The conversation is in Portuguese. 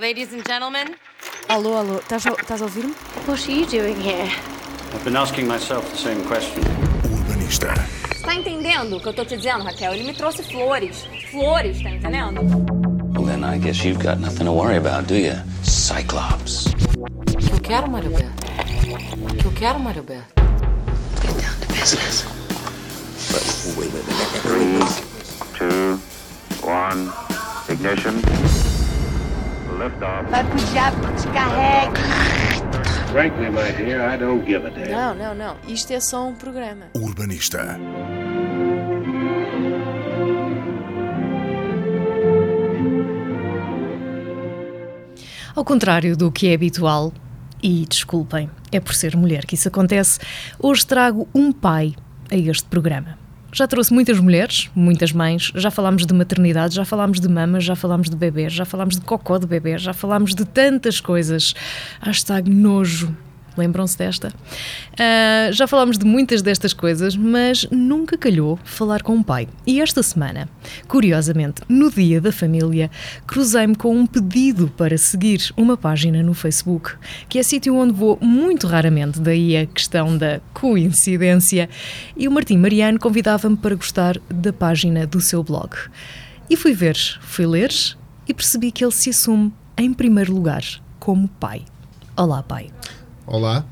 Ladies and gentlemen, Alô, alô, estás a, estás a ouvir-me? What are you doing here? I've been asking myself the same question. Urbanista. Tá entendendo o que eu tô te dizendo, Raquel? Ele me trouxe flores. Flores, tá entendendo? Well, then I guess you've got nothing to worry about, do you? Cyclops. Eu quero, Mário Beto. Eu quero, Mário Beto. Get down to business. Two, one, ignition. Liftoff. Vai pro diabo, descarrega. Frankly, my dear, I don't give a damn. Não, não, não. Isto é só um programa. Urbanista. Ao contrário do que é habitual, e desculpem, é por ser mulher que isso acontece, hoje trago um pai a este programa. Já trouxe muitas mulheres, muitas mães, já falámos de maternidade, já falámos de mamas, já falámos de bebês, já falámos de cocó de bebê, já falámos de tantas coisas. Hashtag nojo. Lembram-se desta? Ah, já falámos de muitas destas coisas, mas nunca calhou falar com um pai. E esta semana, curiosamente, no dia da família, cruzei-me com um pedido para seguir uma página no Facebook, que é sítio onde vou muito raramente, daí a questão da coincidência, e o Martim Mariano convidava-me para gostar da página do seu blog. E fui ver, fui ler e percebi que ele se assume, em primeiro lugar, como pai. Olá, pai. Olá,